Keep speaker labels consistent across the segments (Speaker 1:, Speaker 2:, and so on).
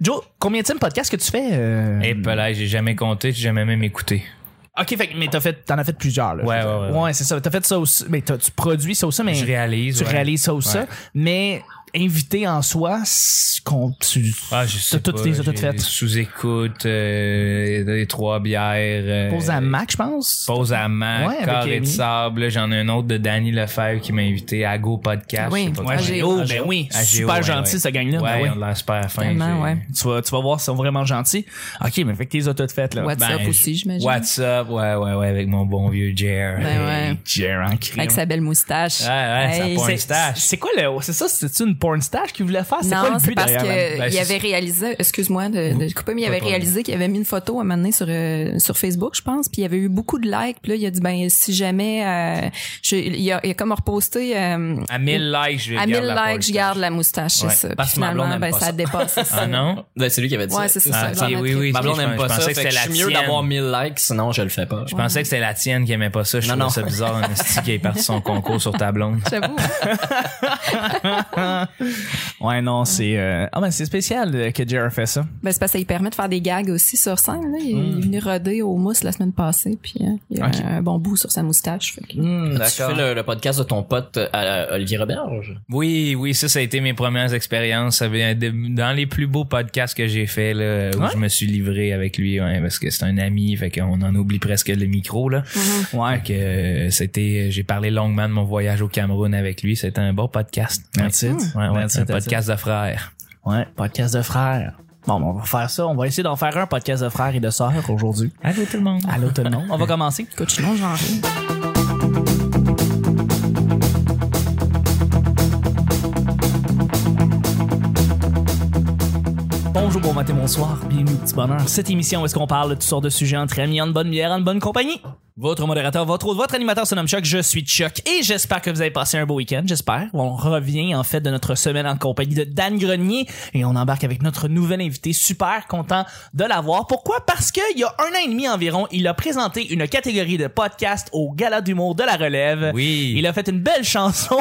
Speaker 1: Joe, combien de podcasts que tu fais? euh?
Speaker 2: Et puis là, j'ai jamais compté, j'ai jamais même écouté.
Speaker 1: Ok, fait, que- mais t'as fait, t'en as fait plusieurs. Là,
Speaker 2: Ouais,
Speaker 1: Je veux
Speaker 2: ouais,
Speaker 1: dire.
Speaker 2: ouais.
Speaker 1: c'est ça. T'as fait ça aussi. Mais t'as- tu produis ça aussi, mais
Speaker 2: Je réalise.
Speaker 1: tu
Speaker 2: ouais.
Speaker 1: réalises ça aussi.
Speaker 2: Ouais.
Speaker 1: Mais invité en soi, c'est qu'on- tu
Speaker 2: Ah, je sais
Speaker 1: t'as
Speaker 2: pas,
Speaker 1: toutes les
Speaker 2: j'ai
Speaker 1: toutes faites.
Speaker 2: Sous écoute, euh, les trois bières. euh,
Speaker 1: Pause à Mac, je pense.
Speaker 2: Pause à Mac,
Speaker 1: Ouais, avec
Speaker 2: Carré de
Speaker 1: Émilie.
Speaker 2: sable. J'en ai un autre de Danny Lefebvre qui m'a invité à Go Podcast.
Speaker 3: Oui,
Speaker 2: je sais pas
Speaker 3: ouais,
Speaker 2: comment.
Speaker 3: j'ai-
Speaker 1: Oh,
Speaker 3: AGO.
Speaker 1: ben oui,
Speaker 2: AGO,
Speaker 1: super
Speaker 2: ouais,
Speaker 1: gentil
Speaker 2: ouais.
Speaker 1: ce gang-là.
Speaker 2: Ouais,
Speaker 1: ben oui.
Speaker 2: on l'a super fin.
Speaker 3: Tellement,
Speaker 2: j'ai-
Speaker 3: ouais.
Speaker 1: tu, vas, tu vas voir, ils sont vraiment gentils. Ok, mais fait que les autos de faites, là.
Speaker 3: What's
Speaker 2: Ben,
Speaker 3: up aussi, j'imagine.
Speaker 2: What's up? Ouais, ouais, ouais, avec mon bon vieux Jer.
Speaker 3: Ben ouais.
Speaker 1: Jer en crime.
Speaker 3: Avec sa belle moustache.
Speaker 2: Ouais, ouais, ça
Speaker 3: Hey,
Speaker 2: pointe.
Speaker 3: c'est-
Speaker 1: C'est-
Speaker 2: stache.
Speaker 1: C'est quoi le. C'est ça, c'est une porn stash qu'il voulait faire? C'est quoi
Speaker 3: Non,
Speaker 1: le
Speaker 3: c'est
Speaker 1: but
Speaker 3: parce
Speaker 1: derrière la-
Speaker 3: que
Speaker 2: Ben,
Speaker 3: il
Speaker 2: c'est-
Speaker 3: avait réalisé, excuse-moi de, de te couper, mais il
Speaker 2: Pas de
Speaker 3: avait
Speaker 2: problème.
Speaker 3: réalisé qu'il avait mis une photo à un moment donné sur, euh, sur Facebook, je pense, puis il y avait eu beaucoup de likes, puis là, il a dit, ben, si jamais, euh, je- il, a, il a comme reposté, euh,
Speaker 2: À 1000 likes, je vais
Speaker 3: à 1000
Speaker 2: garder la
Speaker 3: likes, je
Speaker 2: porte.
Speaker 3: garde la moustache, c'est
Speaker 2: Ouais,
Speaker 3: ça. Puis
Speaker 4: parce que ma blonde
Speaker 3: finalement,
Speaker 4: aime
Speaker 3: ben,
Speaker 4: pas
Speaker 3: ça
Speaker 4: ça.
Speaker 3: dépasse ça.
Speaker 2: Ah non?
Speaker 4: Ouais, Ben, c'est lui qui avait dit
Speaker 3: Ouais,
Speaker 4: ça.
Speaker 3: c'est
Speaker 2: Ah,
Speaker 3: ça.
Speaker 2: ok,
Speaker 3: ça
Speaker 2: oui,
Speaker 3: va
Speaker 2: oui.
Speaker 3: mettre-
Speaker 4: Ma blonde
Speaker 2: Je
Speaker 4: n'aime pas
Speaker 2: pensais
Speaker 4: ça.
Speaker 2: que
Speaker 4: fait que
Speaker 2: c'était
Speaker 4: je suis
Speaker 2: la
Speaker 4: mieux
Speaker 2: tienne.
Speaker 4: d'avoir 1000 likes, sinon je le fais pas.
Speaker 2: Je pensais que c'était la tienne qui aimait pas ça. Je
Speaker 4: Non,
Speaker 2: trouvais
Speaker 4: non.
Speaker 2: ça bizarre, un esti qui ait perdu son concours sur ta blonde.
Speaker 3: J'avoue.
Speaker 1: Ben, Ouais, non, c'est. euh, Ah, ben c'est spécial euh, que Jer a fait ça.
Speaker 3: Ben, c'est parce que ça lui permet de faire des gags aussi sur scène. Là. Il, il est venu roder au mousse la semaine passée, puis hein, il a
Speaker 1: Ok.
Speaker 3: un, un bon bout sur sa moustache. fait que-
Speaker 4: Tu fais le, le podcast de ton pote euh, à- à Olivier Roberge.
Speaker 2: Oui, oui, ça, ça a été mes premières expériences. Ça avait- Dans les plus beaux podcasts que j'ai fait, là, où
Speaker 1: Ouais?
Speaker 2: je me suis livré avec lui, ouais, parce que c'est un ami, fait qu'on en oublie presque le micro, là.
Speaker 1: Ouais.
Speaker 2: Fait que euh, c'était, j'ai parlé longuement de mon voyage au Cameroun avec lui. C'était un bon podcast. Ouais.
Speaker 1: That's it.
Speaker 2: Ouais, ouais,
Speaker 1: That's
Speaker 2: un
Speaker 1: it, that's
Speaker 2: podcast de frères.
Speaker 1: Ouais, podcast de frères. Bon, ben, on va faire ça. On va essayer d'en faire un podcast de frères et de sœurs aujourd'hui.
Speaker 2: Allô tout le monde.
Speaker 1: Allô tout le monde. On va commencer.
Speaker 3: Écoute, je suis non genrée.
Speaker 1: Bonjour, bon matin, bonsoir. Bienvenue au petit bonheur. Cette émission où est-ce qu'on parle de toutes sortes de sujets entre amis, en bonne bière, en bonne compagnie. Votre modérateur, votre hôte, votre animateur se nomme Chuck. Je suis Chuck et j'espère que vous avez passé un beau week-end. J'espère. On revient en fait de notre semaine en compagnie de Dan Grenier et on embarque avec notre nouvel invité. Super content de l'avoir. Pourquoi? Parce qu'il y a un an et demi environ, il a présenté une catégorie de podcast au Gala d'humour de la relève.
Speaker 2: Oui.
Speaker 1: Il a fait une belle chanson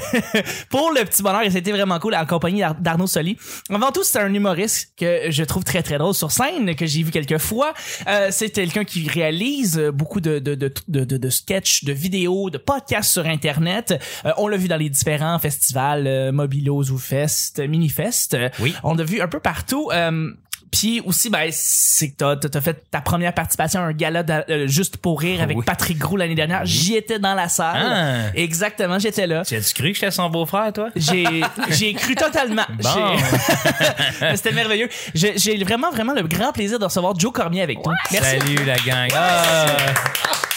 Speaker 1: pour le petit bonheur et c'était vraiment cool en compagnie d'Ar- d'Arnaud Soli. Avant tout, c'est un humoriste que je trouve très très drôle sur scène, que j'ai vu quelques fois. Euh, c'est quelqu'un qui réalise euh, beaucoup de, de, de, de, de, de sketchs, de vidéos, de podcasts sur Internet. Euh, on l'a vu dans les différents festivals, euh, Mobilos ou Fest, Minifest. Euh,
Speaker 2: Oui.
Speaker 1: On l'a vu un peu partout. Euh, puis aussi, ben, c'est que t'as- t'as t'as fait ta première participation à un gala d'a- euh, juste pour rire avec
Speaker 2: Ah Oui.
Speaker 1: Patrick Gros l'année dernière. J'y étais dans la salle.
Speaker 2: Ah.
Speaker 1: Exactement, j'étais là.
Speaker 2: Tu as-tu cru que j'étais son beau-frère, toi?
Speaker 1: J'ai j'ai cru totalement.
Speaker 2: Bon.
Speaker 1: J'ai- C'était merveilleux. J'ai j'ai vraiment vraiment le grand plaisir de recevoir Joe Cormier avec nous. Merci.
Speaker 2: Salut la gang. Ah,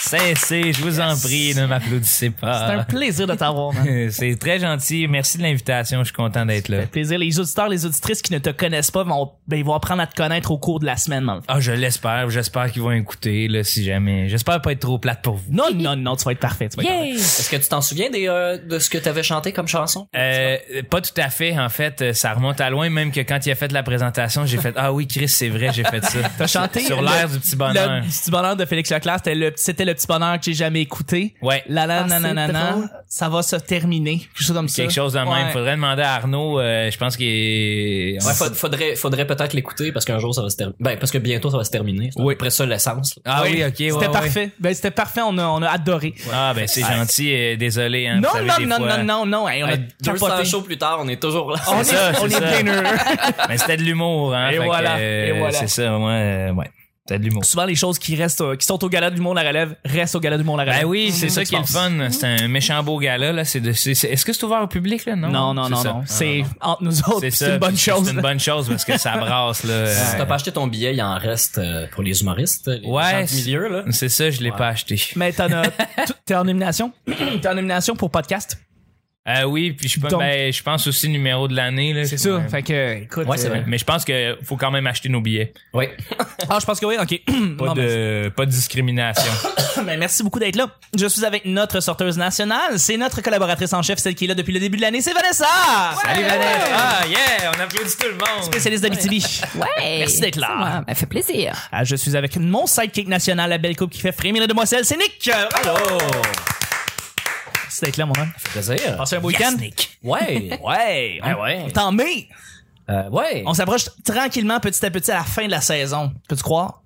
Speaker 2: cessez, je vous en prie, ne m'applaudissez
Speaker 1: C'est un
Speaker 2: pas.
Speaker 1: plaisir de t'avoir. man.
Speaker 2: C'est très gentil. Merci de l'invitation. Je suis content d'être là.
Speaker 1: Le plaisir. Les auditeurs, les auditrices qui ne te connaissent pas vont ben, ils vont apprendre à te connaître au cours de la semaine. man.
Speaker 2: Ah, je l'espère. J'espère qu'ils vont écouter, là, si jamais. J'espère pas être trop plate pour vous.
Speaker 1: Non non non, tu vas être parfait. tu vas être parfait.
Speaker 4: Est-ce que tu t'en souviens des, euh, de ce que tu avais chanté comme chanson?
Speaker 2: Euh, pas tout à fait, en fait. euh, Ça remonte à loin, même que quand il a fait la présentation, j'ai fait Ah oui, Chris, c'est vrai, j'ai fait ça.
Speaker 1: T'as chanté
Speaker 2: Sur
Speaker 1: le-
Speaker 2: l'air du petit bonheur.
Speaker 1: Le petit bonheur de Félix Leclerc, c'était le, c'était le petit bonheur que j'ai jamais écouté.
Speaker 2: Ouais.
Speaker 1: La la
Speaker 3: Ah,
Speaker 1: na, na,
Speaker 3: c'est
Speaker 1: na, na.
Speaker 3: drôle.
Speaker 1: ça va se terminer. Quelque chose comme ça.
Speaker 2: Quelque chose de même.
Speaker 1: Ouais.
Speaker 2: Faudrait demander à Arnaud. euh, je pense qu'il est.
Speaker 4: Ouais, fa- faudrait, faudrait peut-être l'écouter parce qu'un jour ça va se terminer. Ben, parce que bientôt ça va se terminer. C'est
Speaker 2: Oui.
Speaker 4: Après ça, l'essence. là.
Speaker 2: Ah oui, ok. ouais,
Speaker 1: C'était
Speaker 2: ouais.
Speaker 1: parfait. Ben c'était parfait. On a on a adoré.
Speaker 2: Ah ben c'est gentil. euh, désolé. Hein,
Speaker 1: Non,
Speaker 2: vous savez,
Speaker 1: non,
Speaker 2: des
Speaker 1: non,
Speaker 2: fois-
Speaker 1: non, non, non, Hey, on a
Speaker 4: Hey, 200
Speaker 1: capoté.
Speaker 4: shows plus tard, on est toujours là.
Speaker 1: On est,
Speaker 2: ça, c'est
Speaker 1: on est
Speaker 2: ça.
Speaker 1: bien heureux.
Speaker 2: Mais c'était de l'humour. Hein,
Speaker 1: Et
Speaker 2: fait que,
Speaker 1: voilà,
Speaker 2: euh,
Speaker 1: et voilà.
Speaker 2: C'est ça. Moi, euh, ouais. C'était de l'humour.
Speaker 1: Souvent, les choses qui restent, euh, qui sont au gala du monde à relève, restent au gala du monde à relève.
Speaker 2: Ben oui, c'est ça
Speaker 1: Qu'est-ce
Speaker 2: qui est le
Speaker 1: que tu penses?
Speaker 2: fun. C'est un méchant beau gala là. C'est de. c'est- c'est- Est-ce que c'est ouvert au public là Non.
Speaker 1: Non, non,
Speaker 2: C'est
Speaker 1: non,
Speaker 2: ça.
Speaker 1: non. C'est entre nous autres, puis c'est
Speaker 2: ça,
Speaker 1: une bonne
Speaker 2: puis
Speaker 1: chose.
Speaker 2: C'est une bonne chose parce que ça brasse là.
Speaker 4: Si
Speaker 2: Euh,
Speaker 4: t'as pas acheté ton billet, il en reste euh, pour les humoristes. Les
Speaker 2: Ouais,
Speaker 4: gens du
Speaker 2: c'est-
Speaker 4: milieu, là.
Speaker 2: C'est ça, je l'ai pas acheté.
Speaker 1: Mais t'en as- tu- t'es en nomination. t'es en nomination pour podcast.
Speaker 2: Euh, oui, puis je, pense-
Speaker 1: Donc-
Speaker 2: ben, je pense aussi numéro de l'année là.
Speaker 1: C'est ça.
Speaker 2: Ouais.
Speaker 1: Fait que, écoute.
Speaker 4: Ouais, c'est vrai.
Speaker 2: Mais je pense que faut quand même acheter nos billets.
Speaker 4: Oui.
Speaker 1: euh, Ah, je pense que oui, ok.
Speaker 2: Pas
Speaker 1: Non, mais-
Speaker 2: de pas de discrimination.
Speaker 1: mais merci beaucoup d'être là. Je suis avec notre sorteuse nationale. C'est notre collaboratrice en chef, celle qui est là depuis le début de l'année. C'est Vanessa!
Speaker 2: Salut Vanessa. Ah yeah, on applaudit tout le monde.
Speaker 1: Spécialiste d'Abitibi.
Speaker 3: Ouais.
Speaker 1: Merci d'être là.
Speaker 3: C'est moi. Ça fait plaisir.
Speaker 1: Ah, je suis avec mon sidekick national, la belle coupe qui fait frémir le demoiselle, c'est Nick! Allô!
Speaker 4: Oh!
Speaker 1: C'est d'être là, mon homme.
Speaker 4: Plaisir.
Speaker 1: Passez un beau week-end?
Speaker 4: Ouais.
Speaker 1: Ouais!
Speaker 4: Ah ouais.
Speaker 1: Hein? T'en mai!
Speaker 4: Euh, ouais.
Speaker 1: On s'approche tranquillement, petit à petit, à la fin de la saison. Peux-tu croire?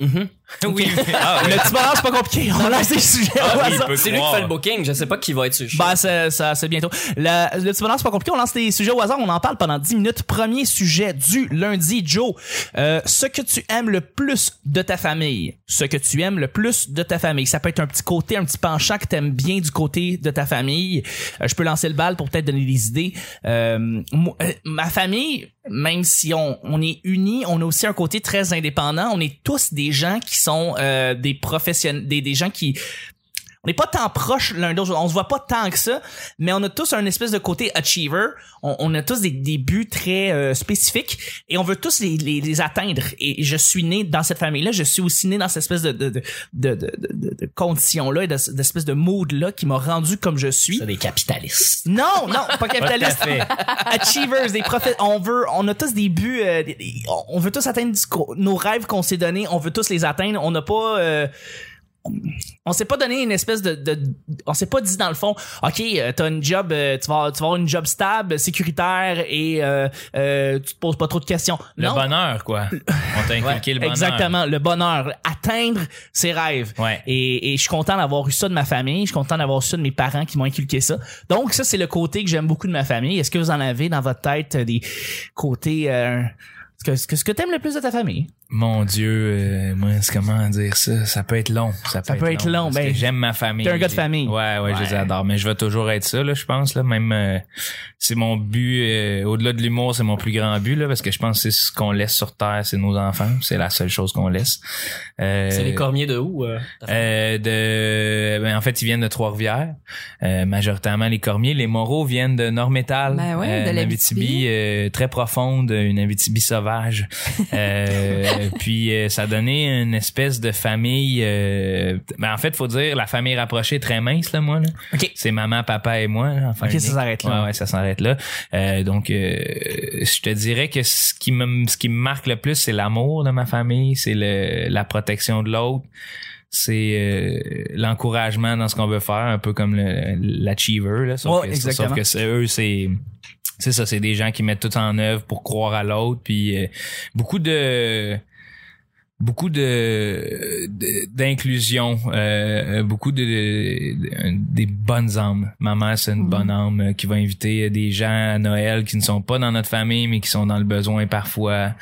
Speaker 4: Mhm.
Speaker 2: Oui, oui. Ah, oui.
Speaker 1: Le petit bonheur, c'est pas compliqué. On lance des sujets au
Speaker 2: Ah, oui, il
Speaker 1: hasard.
Speaker 2: peut
Speaker 4: C'est lui qui
Speaker 2: croire.
Speaker 4: fait le booking. Je sais pas qui va être sur le
Speaker 2: Bah,
Speaker 4: show.
Speaker 1: Ben, c'est- ça, c'est bientôt. Le, le petit bonheur, c'est pas compliqué. On lance des sujets au hasard. On en parle pendant 10 minutes. Premier sujet du lundi, Joe. Euh, ce que tu aimes le plus de ta famille. Ce que tu aimes le plus de ta famille. Ça peut être un petit côté, un petit penchant que t'aimes bien du côté de ta famille. Euh, je peux lancer le bal pour peut-être donner des idées. Euh, moi- euh, ma famille, même si on, on est unis, on a aussi un côté très indépendant. On est tous des gens qui sont euh, des professionnels, des, des gens qui on n'est pas tant proches l'un de l'autre, on se voit pas tant que ça, mais on a tous un espèce de côté achiever. On, on a tous des, des buts très euh, spécifiques et on veut tous les, les, les atteindre. Et je suis né dans cette famille-là, je suis aussi né dans cette espèce de, de, de, de, de, de- de condition-là et de, d'espèce de mood-là qui m'a rendu comme je suis.
Speaker 4: C'est des capitalistes.
Speaker 1: Non, non, pas capitaliste.
Speaker 2: Tout à fait.
Speaker 1: Achievers, des prophètes. On veut, on a tous des buts, euh, des- des- on- on veut tous atteindre ce qu'on- nos rêves qu'on s'est donnés, on veut tous les atteindre. On n'a pas, euh, on- on s'est pas donné une espèce de, de- on s'est pas dit dans le fond, ok, euh, t'as une job, euh, tu vas, tu vas avoir une job stable, sécuritaire et euh, euh, tu te poses pas trop de questions.
Speaker 2: Le
Speaker 1: non,
Speaker 2: bonheur, quoi. On t'a inculqué le bonheur.
Speaker 1: exactement, le bonheur, atteindre ses rêves.
Speaker 2: Ouais.
Speaker 1: Et, et je suis content d'avoir eu ça de ma famille. Je suis content d'avoir eu ça de mes parents qui m'ont inculqué ça. Donc, ça, c'est le côté que j'aime beaucoup de ma famille. Est-ce que vous en avez dans votre tête euh, des côtés... euh, ce que, ce que, ce que t'aimes le plus de ta famille?
Speaker 2: Mon Dieu, euh, moi, c'est comment dire ça? Ça peut être long. Ça peut,
Speaker 1: peut être long,
Speaker 2: parce
Speaker 1: ben,
Speaker 2: que j'aime ma famille.
Speaker 1: t'es un gars de
Speaker 2: J'ai-
Speaker 1: famille.
Speaker 2: Ouais, ouais, je les
Speaker 1: Ouais.
Speaker 2: adore. Mais je vais toujours être ça, là, je pense. Là. Même, euh, c'est mon but. euh, au-delà de l'humour, c'est mon plus grand but, là, parce que je pense que c'est ce qu'on laisse sur Terre, c'est nos enfants. C'est la seule chose qu'on laisse. Euh,
Speaker 4: C'est les cormiers de où? euh?
Speaker 2: euh, de, ben, en fait, ils viennent de Trois-Rivières, euh, majoritairement les Cormiers. Les Moreaux viennent de Nord-Métal,
Speaker 3: Ben ouais, de
Speaker 2: une
Speaker 3: l'Abitibi.
Speaker 2: Abitibi euh, très profonde, une Abitibi sauvage. Euh, puis euh, ça donnait une espèce de famille. euh, ben, en fait, faut dire la famille rapprochée est très mince là, moi. Là.
Speaker 1: OK.
Speaker 2: C'est maman, papa et moi. là, enfin,
Speaker 1: Ok, ça
Speaker 2: unique.
Speaker 1: s'arrête là.
Speaker 2: Ouais, ouais, ça s'arrête là. Euh, donc, euh, je te dirais que ce qui me, ce qui me marque le plus, c'est l'amour de ma famille, c'est le, la protection de l'autre, c'est euh, l'encouragement dans ce qu'on veut faire, un peu comme le- l'achiever. Là, sauf,
Speaker 1: Ouais,
Speaker 2: que,
Speaker 1: exactement.
Speaker 2: sauf que c'est- eux, c'est... C'est ça, c'est des gens qui mettent tout en œuvre pour croire à l'autre, puis euh, beaucoup de beaucoup de de- d'inclusion euh, beaucoup de, de- des bonnes âmes ma mère c'est une
Speaker 3: Mhm.
Speaker 2: bonne âme euh, qui va inviter des gens à Noël qui ne sont pas dans notre famille mais qui sont dans le besoin parfois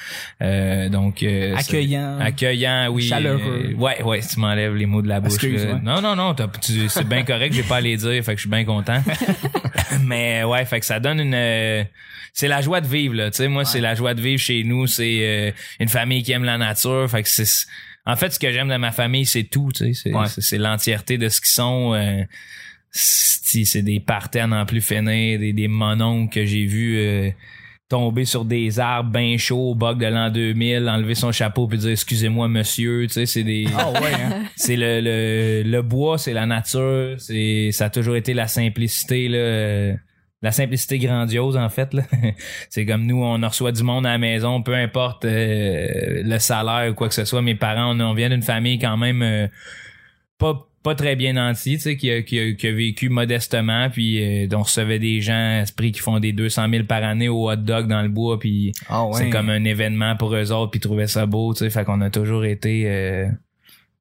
Speaker 2: Euh, donc euh, c'est-
Speaker 1: Accueillant.
Speaker 2: accueillant oui
Speaker 1: Chaleureux.
Speaker 2: Euh, ouais ouais tu m'enlèves les mots de la bouche
Speaker 1: Excuse,
Speaker 2: là.
Speaker 1: ouais.
Speaker 2: non non non t'as- tu- c'est bien correct j'ai pas à les dire fait que je suis bien content mais ouais fait que ça donne une euh, c'est la joie de vivre là tu sais moi c'est la joie de vivre chez nous c'est euh, une famille qui aime la nature fait que c'est en fait ce que j'aime de ma famille c'est tout tu sais c'est
Speaker 1: Ouais.
Speaker 2: c'est- c'est l'entièreté de ce qu'ils sont euh, si c'est des parterres en plus finir des des mononcles que j'ai vus euh, tomber sur des arbres bien chauds au bug de l'an 2000 enlever son chapeau puis dire excusez-moi monsieur tu sais c'est des
Speaker 1: ouais,
Speaker 2: c'est le, le le bois, c'est la nature, c'est ça a toujours été la simplicité là, euh, la simplicité grandiose en fait là. c'est comme nous on en reçoit du monde à la maison, peu importe euh, le salaire ou quoi que ce soit, mes parents on, on vient d'une famille quand même euh, pas pas très bien nantie, tu sais, qui a, qui, a, qui a vécu modestement, puis euh, on recevait des gens à ce prix qui font des 200 000 par année au hot dog dans le bois, puis c'est comme un événement pour eux autres, puis ils trouvaient ça beau, tu sais, fait qu'on a toujours été euh,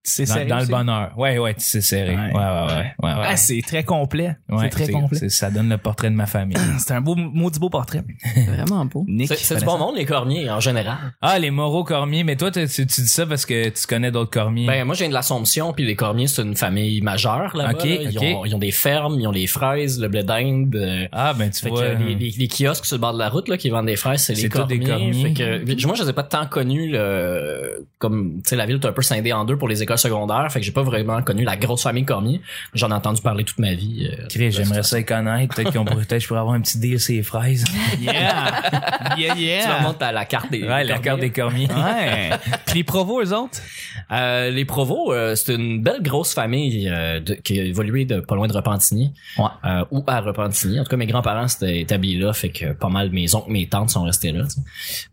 Speaker 1: C'est
Speaker 2: dans,
Speaker 1: serré,
Speaker 2: dans le
Speaker 1: c'est-
Speaker 2: bonheur. Ouais, ouais, c'est serré.
Speaker 1: Ouais.
Speaker 2: Ouais, ouais, ouais. ouais, ouais.
Speaker 1: Ah, c'est très complet.
Speaker 2: Ouais,
Speaker 1: c'est très complet.
Speaker 2: c'est- Ça donne le portrait de ma famille.
Speaker 1: C'est un beau, maudit beau portrait.
Speaker 3: C'est vraiment beau.
Speaker 1: Nick,
Speaker 4: C'est c'est du bon monde, les cormiers, en général.
Speaker 2: Ah, les moraux cormiers. Mais toi, t'as- tu, tu dis ça parce que tu connais d'autres cormiers.
Speaker 4: Ben, moi, j'ai de l'Assomption, puis les cormiers, c'est une famille majeure, là-bas.
Speaker 2: Ok,
Speaker 4: là. Ils,
Speaker 2: ok.
Speaker 4: Ont, ils ont des fermes, ils ont les fraises, le blé d'Inde. euh,
Speaker 2: ah, ben, tu
Speaker 4: Fait
Speaker 2: vois.
Speaker 4: que les, les- les kiosques sur le bord de la route là, qui vendent des fraises, c'est les
Speaker 2: C'est tout
Speaker 4: cormiers.
Speaker 2: des cormiers.
Speaker 4: Fait que, moi, je les ai pas tant connus. le- comme tu sais, la ville est un peu scindée en deux pour les écoles secondaires. Fait que j'ai pas vraiment connu la grosse famille cormier. J'en ai entendu parler toute ma vie. euh,
Speaker 2: Chris, j'aimerais ça les connaître. Peut-être qu'on pourrait, peut-être je pourrais avoir un petit deal sur les fraises.
Speaker 1: Yeah! Yeah,
Speaker 4: Tu leur
Speaker 1: yeah!
Speaker 4: montres la, la carte des
Speaker 2: Ah. Ouais,
Speaker 4: des
Speaker 2: la carte des cormiers.
Speaker 4: cormiers.
Speaker 1: Ah, Ouais. Puis les provos, eux autres?
Speaker 4: Euh, les Provos, euh, c'est une belle grosse famille euh, de- qui a évolué de pas loin de Repentigny
Speaker 1: Ouais.
Speaker 4: euh, ou à Repentigny. En tout cas, mes grands-parents s'étaient établis là, fait que pas mal mes oncles, mes tantes sont restés là. tu sais.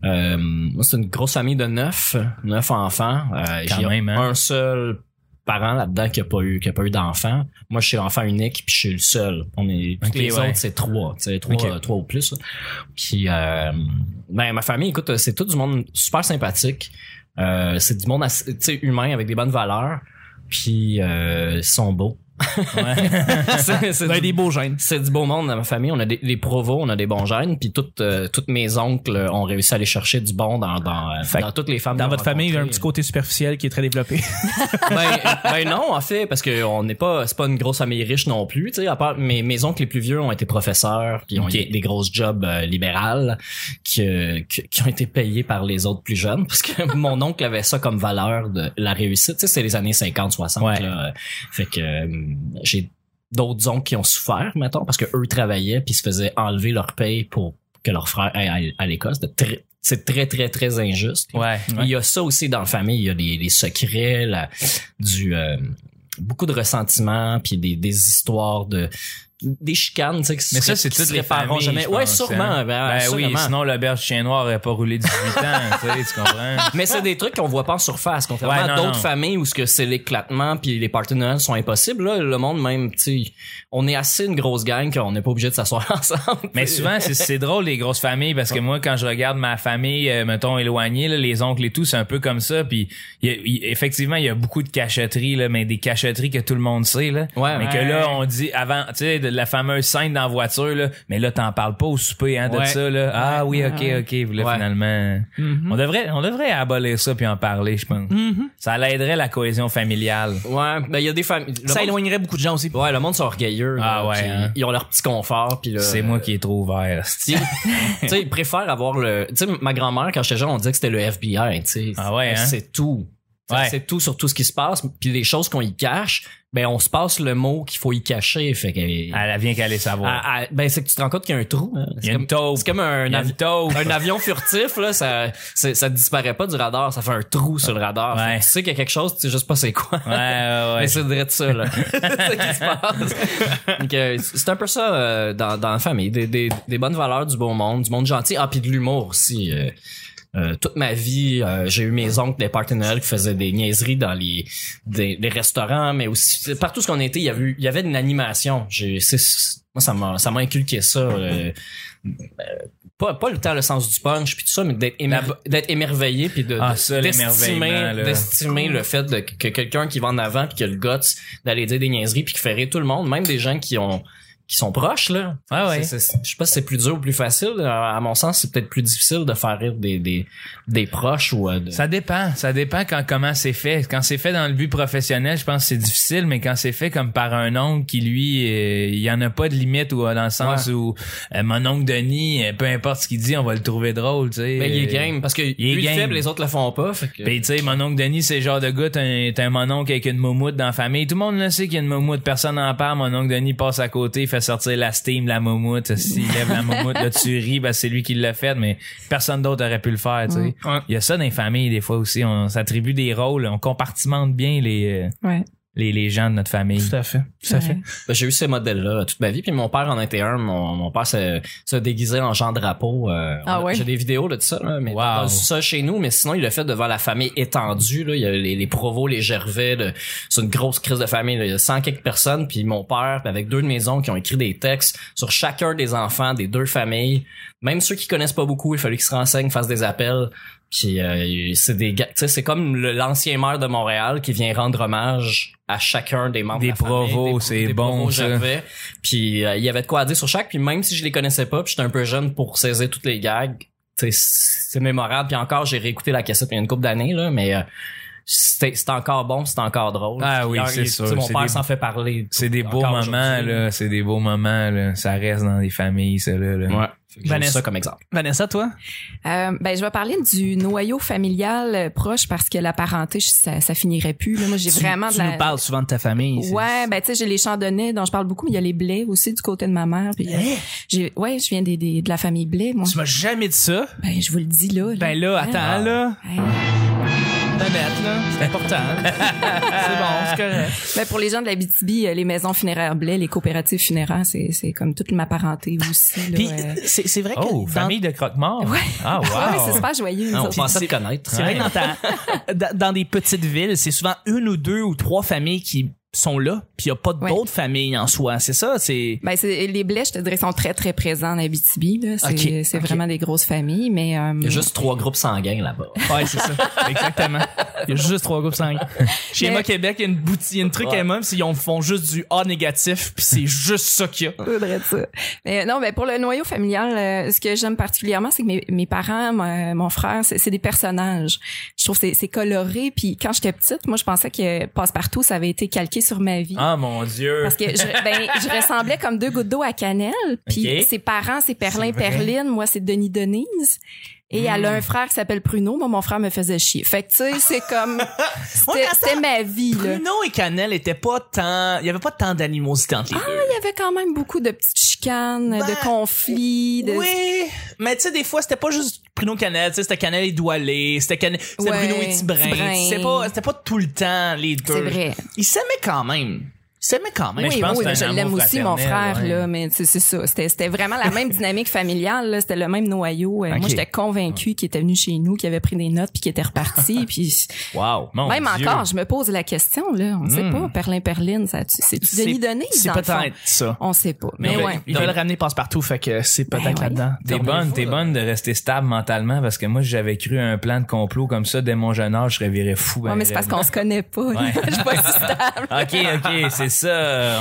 Speaker 4: Euh, moi, c'est une grosse famille de neuf, neuf enfants. Euh,
Speaker 2: Quand
Speaker 4: j'ai
Speaker 2: même, hein.
Speaker 4: un seul parent là-dedans qui a pas eu qui a pas eu d'enfant. Moi, je suis l'enfant unique, puis je suis le seul. On est tous
Speaker 2: Ok,
Speaker 4: les
Speaker 2: ouais.
Speaker 4: autres, c'est trois, tu sais, trois,
Speaker 2: Ok.
Speaker 4: euh, trois ou plus. là. Puis euh, ben ma famille, écoute, c'est tout du monde super sympathique. Euh, c'est du monde assez, tu sais, humain avec des bonnes valeurs. Puis euh, ils sont beaux. c'est c'est
Speaker 1: Vous avez
Speaker 4: du-
Speaker 1: des beaux gènes.
Speaker 4: c'est du beau monde dans ma famille. On a des, des provos, on a des bons gènes, puis toutes, euh, toutes mes oncles ont réussi à aller chercher du bon dans, dans, euh,
Speaker 1: Fait que
Speaker 4: dans toutes les femmes.
Speaker 1: Dans
Speaker 4: qu'on
Speaker 1: votre famille, il y a un petit côté
Speaker 4: rencontrait.
Speaker 1: superficiel qui est très développé.
Speaker 4: Ben, ben non, en fait, parce que on n'est pas, c'est pas une grosse famille riche non plus. Tu sais, à part mes, mes oncles les plus vieux ont été professeurs, qui ont
Speaker 2: Ok.
Speaker 4: eu des grosses jobs euh, libérales, qui, euh, qui, qui ont été payés par les autres plus jeunes, parce que mon oncle avait ça comme valeur de la réussite. Tu sais, c'est les années 50, 60.
Speaker 2: Ouais.
Speaker 4: là. Fait que euh, j'ai d'autres oncles qui ont souffert, mettons, parce que eux travaillaient puis se faisaient enlever leur paye pour que leur frère aille à, à l'école. C'était très- C'est très, très, très injuste.
Speaker 2: Ouais.
Speaker 4: Il y a ça aussi dans la famille. Il y a des, des secrets, la- du euh, beaucoup de ressentiments, puis des, des histoires de des chicanes, tu sais, qui
Speaker 2: Mais ça,
Speaker 4: se-
Speaker 2: c'est
Speaker 4: qui se
Speaker 2: toutes les
Speaker 4: répareront
Speaker 2: familles,
Speaker 4: jamais.
Speaker 2: je
Speaker 4: Ouais,
Speaker 2: pense,
Speaker 4: sûrement.
Speaker 2: hein.
Speaker 4: Ben,
Speaker 2: Ben oui,
Speaker 4: sûrement.
Speaker 2: sinon l'auberge chien noir aurait pas roulé 18 ans, tu sais, tu comprends?
Speaker 4: Mais c'est des trucs qu'on voit pas en surface, contrairement
Speaker 2: Ouais, non,
Speaker 4: à d'autres
Speaker 2: non.
Speaker 4: familles où ce que c'est l'éclatement puis les partenaires sont impossibles. Là, le monde même, tu sais, on est assez une grosse gang qu'on n'est pas obligé de s'asseoir ensemble.
Speaker 2: Mais souvent, c'est- c'est drôle, les grosses familles, parce que moi, quand je regarde ma famille, euh, mettons, éloignée, là, les oncles et tout, c'est un peu comme ça. Puis, il y a- il- effectivement, il y a beaucoup de cachotteries, là, mais des cachotteries que tout le monde sait. Là,
Speaker 4: Ouais,
Speaker 2: mais
Speaker 4: ouais.
Speaker 2: que là, on dit, avant, tu sais, de la fameuse scène dans la voiture, là, mais là, t'en parles pas au souper hein, de
Speaker 1: Ouais.
Speaker 2: ça. Là. Ah oui, OK, OK. Puis là,
Speaker 4: Ouais. Mm-hmm.
Speaker 2: finalement, on, devrait, on devrait abolir ça puis en parler, je pense. Ça l'aiderait la cohésion familiale.
Speaker 4: Ouais, ben il y a des familles. le
Speaker 1: Ça
Speaker 4: monde-
Speaker 1: éloignerait beaucoup de gens aussi.
Speaker 4: Ouais, le monde sont orgueilleux. là,
Speaker 2: Ah ouais,
Speaker 4: puis
Speaker 2: hein.
Speaker 4: Ils ont leur petit confort, puis là. euh,
Speaker 2: C'est moi qui est trop ouvert.
Speaker 4: Tu sais, ils préfèrent avoir le. Tu sais, ma grand-mère, quand j'étais jeune, on disait que c'était le FBI. Tu sais,
Speaker 2: Ah ouais, hein?
Speaker 4: c'est tout. Tu sais,
Speaker 2: Ouais.
Speaker 4: C'est tout sur tout ce qui se passe. Puis les choses qu'on y cache, ben on se passe le mot qu'il faut y cacher. Fait que.
Speaker 2: Elle vient qu'aller savoir.
Speaker 4: Ah, ah, ben c'est que tu te rends compte qu'il y a un trou. hein.
Speaker 2: Ah, Il y
Speaker 4: C'est
Speaker 2: a une
Speaker 4: comme,
Speaker 2: taupe.
Speaker 4: c'est comme un,
Speaker 2: Il y a
Speaker 4: avi-
Speaker 2: une taupe.
Speaker 4: un avion furtif là, ça, c'est- ça disparaît pas du radar, ça fait un trou sur le radar.
Speaker 2: Ouais.
Speaker 4: Fait que Tu sais qu'il y a quelque chose, tu sais juste pas c'est quoi.
Speaker 1: Ah.
Speaker 2: Ouais, ouais, ouais.
Speaker 4: Mais c'est vrai de ça, là. c'est ça qui se passe. Donc, euh, c'est un peu ça euh, dans, dans la famille. Des, des, des bonnes valeurs, du beau monde, du monde gentil. Ah, puis de l'humour aussi. euh. Euh, toute ma vie, euh, j'ai eu mes oncles, des partenaires qui faisaient des niaiseries dans les des, des restaurants, mais aussi partout ce qu'on était, il y avait eu- il y avait une animation. J'ai c'est- c'est- moi ça m'a ça m'a inculqué ça. euh, euh, pas, pas le temps le sens du punch puis tout ça mais d'être émer- d'être émerveillé puis de
Speaker 2: Ah,
Speaker 4: de-
Speaker 2: ça, l'émerveillement, là.
Speaker 4: d'estimer le fait de, que quelqu'un qui va en avant puis qui a le guts d'aller dire des niaiseries puis qui fait rire tout le monde même des gens qui ont qui sont proches là
Speaker 2: Ah Ouais, ouais.
Speaker 4: C'est- c'est- je sais pas si c'est plus dur ou plus facile à, à mon sens c'est peut-être plus difficile de faire rire des des, des proches ou euh, de-
Speaker 2: Ça dépend, ça dépend quand comment c'est fait. Quand c'est fait dans le but professionnel, je pense que c'est difficile, mais quand c'est fait comme par un oncle qui lui, euh, il y en a pas de limite ou euh, dans le sens où euh, mon oncle Denis, euh, peu importe ce qu'il dit, on va le trouver drôle, tu sais.
Speaker 4: mais Ben, il est
Speaker 2: Euh,
Speaker 4: game parce que lui,
Speaker 2: est
Speaker 4: il est
Speaker 2: game.
Speaker 4: faible les autres le font pas fait que-
Speaker 2: Pis tu sais, mon oncle Denis, c'est le genre de gars, t'as un, t'as un mon oncle avec une moumoute dans la famille. Tout le monde le sait qu'il y a une moumoute, personne n'en parle. Mon oncle Denis passe à côté, il fait sortir la steam, la moumoute. S'il lève la moumoute, là, tu ris, ben, c'est lui qui l'a fait, mais personne d'autre aurait pu le faire, tu sais.
Speaker 3: Mm.
Speaker 4: Ouais.
Speaker 2: Il y a ça dans les familles, des fois aussi. On s'attribue des rôles, on compartimente bien les, euh,
Speaker 3: Ouais.
Speaker 2: les, les gens de notre famille.
Speaker 1: à fait. Tout à fait.
Speaker 4: Ben, J'ai eu ces modèles-là toute ma vie. Puis mon père en était un. Mon, mon père se, se déguisait en Jean Drapeau. euh,
Speaker 3: Ah
Speaker 4: on a-
Speaker 3: ouais?
Speaker 4: J'ai des vidéos de tout ça. là, mais
Speaker 2: Wow.
Speaker 4: dans ça chez nous. Mais sinon, il le fait devant la famille étendue. Là. Il y a les, les provos, les gervais. le- C'est une grosse crise de famille. là. Il y a 100 quelques personnes. Puis mon père, puis avec deux de mes oncles, qui ont écrit des textes sur chacun des enfants des deux familles. Même ceux qui connaissent pas beaucoup, il fallait qu'ils se renseignent, fassent des appels. Puis euh, c'est des gars, tu sais, c'est comme le- l'ancien maire de Montréal qui vient rendre hommage à chacun des membres
Speaker 2: Des
Speaker 4: de la famille,
Speaker 2: provos,
Speaker 4: pro-
Speaker 2: c'est
Speaker 4: des
Speaker 2: bon,
Speaker 4: provos
Speaker 2: ça.
Speaker 4: gervais. Puis euh, il y avait de quoi à dire sur chaque. Puis même si je les connaissais pas, puis j'étais un peu jeune pour saisir toutes les gags, tu sais, c'est mémorable. Puis encore, j'ai réécouté la cassette il y a une couple d'années là, mais euh, c'était c'était encore bon, c'était encore drôle.
Speaker 2: Ah
Speaker 4: Puis,
Speaker 2: oui,
Speaker 4: il-
Speaker 2: c'est
Speaker 4: il- tu
Speaker 2: sûr,
Speaker 4: sais, Mon
Speaker 2: c'est
Speaker 4: père
Speaker 2: des-
Speaker 4: s'en fait parler.
Speaker 2: C'est des beaux
Speaker 4: Encore
Speaker 2: moments,
Speaker 4: aujourd'hui.
Speaker 2: là. C'est des beaux moments, là. Ça reste dans les familles, ça, là. là.
Speaker 4: Ouais. Fait que j'ai
Speaker 1: Vanessa.
Speaker 4: ça comme exemple.
Speaker 1: Vanessa, toi?
Speaker 3: Euh, ben, je vais parler du noyau familial euh, proche parce que la parenté, je- ça, ça finirait plus. Là, moi, j'ai
Speaker 1: Tu-
Speaker 3: vraiment
Speaker 1: tu
Speaker 3: de la.
Speaker 1: nous parles souvent de ta famille. c'est-
Speaker 3: Ouais, ben tu sais, j'ai les chandonnets dont je parle beaucoup, mais il y a les blés aussi du côté de ma mère. Puis,
Speaker 1: Eh?
Speaker 3: euh, j'ai, ouais, je viens des, des- de la famille blé, moi.
Speaker 1: Tu m'as jamais dit ça.
Speaker 3: Ben, je vous le dis là. là.
Speaker 1: Ben là, attends,
Speaker 3: Ah.
Speaker 1: là.
Speaker 3: Hey.
Speaker 1: de mettre, là. C'est important. c'est bon, c'est correct.
Speaker 3: Ben, pour les gens de la BTB, les maisons funéraires blé, les coopératives funéraires, c'est, c'est comme toute ma parenté aussi. là,
Speaker 1: Puis,
Speaker 3: euh.
Speaker 1: c'est c'est vrai que.
Speaker 2: Oh,
Speaker 1: dans-
Speaker 2: famille de croque-morts.
Speaker 3: Ouais.
Speaker 2: Ah,
Speaker 3: Ouais,
Speaker 2: wow.
Speaker 3: c'est super joyeux.
Speaker 4: Non,
Speaker 3: nous
Speaker 4: Ah, on
Speaker 3: autres.
Speaker 4: pensait te connaître.
Speaker 1: C'est vrai que dans, ta- dans- dans des petites villes, c'est souvent une ou deux ou trois familles qui sont là, puis il n'y a pas
Speaker 3: Ouais.
Speaker 1: d'autres familles en soi. C'est ça, c'est.
Speaker 3: Ben, c'est, les blés, je te dirais, sont très, très présents en Abitibi. Là. C'est,
Speaker 1: Ok,
Speaker 3: c'est
Speaker 1: ok.
Speaker 3: vraiment des grosses familles, mais... euh,
Speaker 4: Il y a juste trois groupes sanguins là-bas.
Speaker 1: Ouais, c'est ça. Exactement. Il y a juste trois groupes sanguins. Chez
Speaker 3: Mais-
Speaker 1: Emma Québec, il y a une boutique, il y a une truc
Speaker 4: Ouais.
Speaker 1: Emma, puis ils ont- font juste du A négatif, puis c'est juste ça qu'il y a.
Speaker 3: faudrait ça. Mais non, mais pour le noyau familial, euh, ce que j'aime particulièrement, c'est que mes, mes parents, mon, mon frère, c'est c'est des personnages. Je trouve que c'est- c'est coloré. Puis quand j'étais petite, moi, je pensais que passe-partout, ça avait été calqué sur ma vie.
Speaker 2: Ah, mon Dieu.
Speaker 3: Parce que je, ben, je ressemblais comme deux gouttes d'eau à Cannelle. Puis
Speaker 2: Ok.
Speaker 3: ses parents, c'est Perlin
Speaker 2: C'est vrai. Hmm.
Speaker 3: Perline. Moi, c'est Denis Denise. Et elle a un frère qui s'appelle Pruneau. Moi, mon frère me faisait chier. Fait que, tu sais, c'est comme... c'était-
Speaker 1: Ouais, mais attends.
Speaker 3: C'était ma vie, là. Ah,
Speaker 1: Bruno et Canel étaient pas tant. Il y avait pas tant d'animosité entre les deux.
Speaker 3: Il y avait quand même beaucoup de petites chicanes,
Speaker 1: Ben,
Speaker 3: de conflits, de
Speaker 1: Oui, mais tu sais, des fois, c'était pas juste Bruno Canel, tu sais, c'était Canel et Doualé, c'était Canel, c'était
Speaker 3: Ouais,
Speaker 1: Bruno et Tibrin.
Speaker 3: Tibrin.
Speaker 1: C'était pas, c'était pas tout le temps les deux.
Speaker 3: C'est vrai.
Speaker 1: Ils s'aimaient quand même. Ils s'aimaient quand même.
Speaker 2: Mais je
Speaker 3: oui,
Speaker 2: pense
Speaker 3: oui,
Speaker 2: que
Speaker 3: mais
Speaker 2: c'est
Speaker 3: je
Speaker 2: un
Speaker 3: l'aime
Speaker 2: amour
Speaker 3: aussi, mon
Speaker 2: fraternel,
Speaker 3: frère,
Speaker 2: ouais.
Speaker 3: là, mais c'est c'est ça. C'était c'était vraiment la même dynamique familiale, là. C'était le même noyau. Euh,
Speaker 1: Ok.
Speaker 3: Moi, j'étais convaincue qu'il était venu chez nous, qu'il avait pris des notes, puis qu'il était reparti. puis
Speaker 2: Wow. Mon
Speaker 3: même
Speaker 2: Dieu.
Speaker 3: encore, je me pose la question, là. On sait
Speaker 2: Hmm.
Speaker 3: pas. Perlin, Perline, ça, tu- c'est-tu Denis Denis,
Speaker 1: C'est
Speaker 3: dans le fond?
Speaker 1: peut-être ça.
Speaker 3: On sait pas.
Speaker 1: Mais
Speaker 3: Mais,
Speaker 1: ils
Speaker 3: ouais.
Speaker 1: veulent- ils veulent ramener passe-partout, fait que c'est peut-être
Speaker 3: oui.
Speaker 1: là-dedans.
Speaker 2: T'es bonne, t'es bonne de rester stable mentalement parce que moi, j'avais cru à un plan de complot comme ça dès mon jeune âge, je revirais fou.
Speaker 3: Ouais,
Speaker 2: ben,
Speaker 3: mais c'est parce
Speaker 2: raide.
Speaker 3: qu'on se connaît pas.
Speaker 2: Ouais.
Speaker 3: Je suis pas si stable.
Speaker 2: Ok, ok, c'est ça.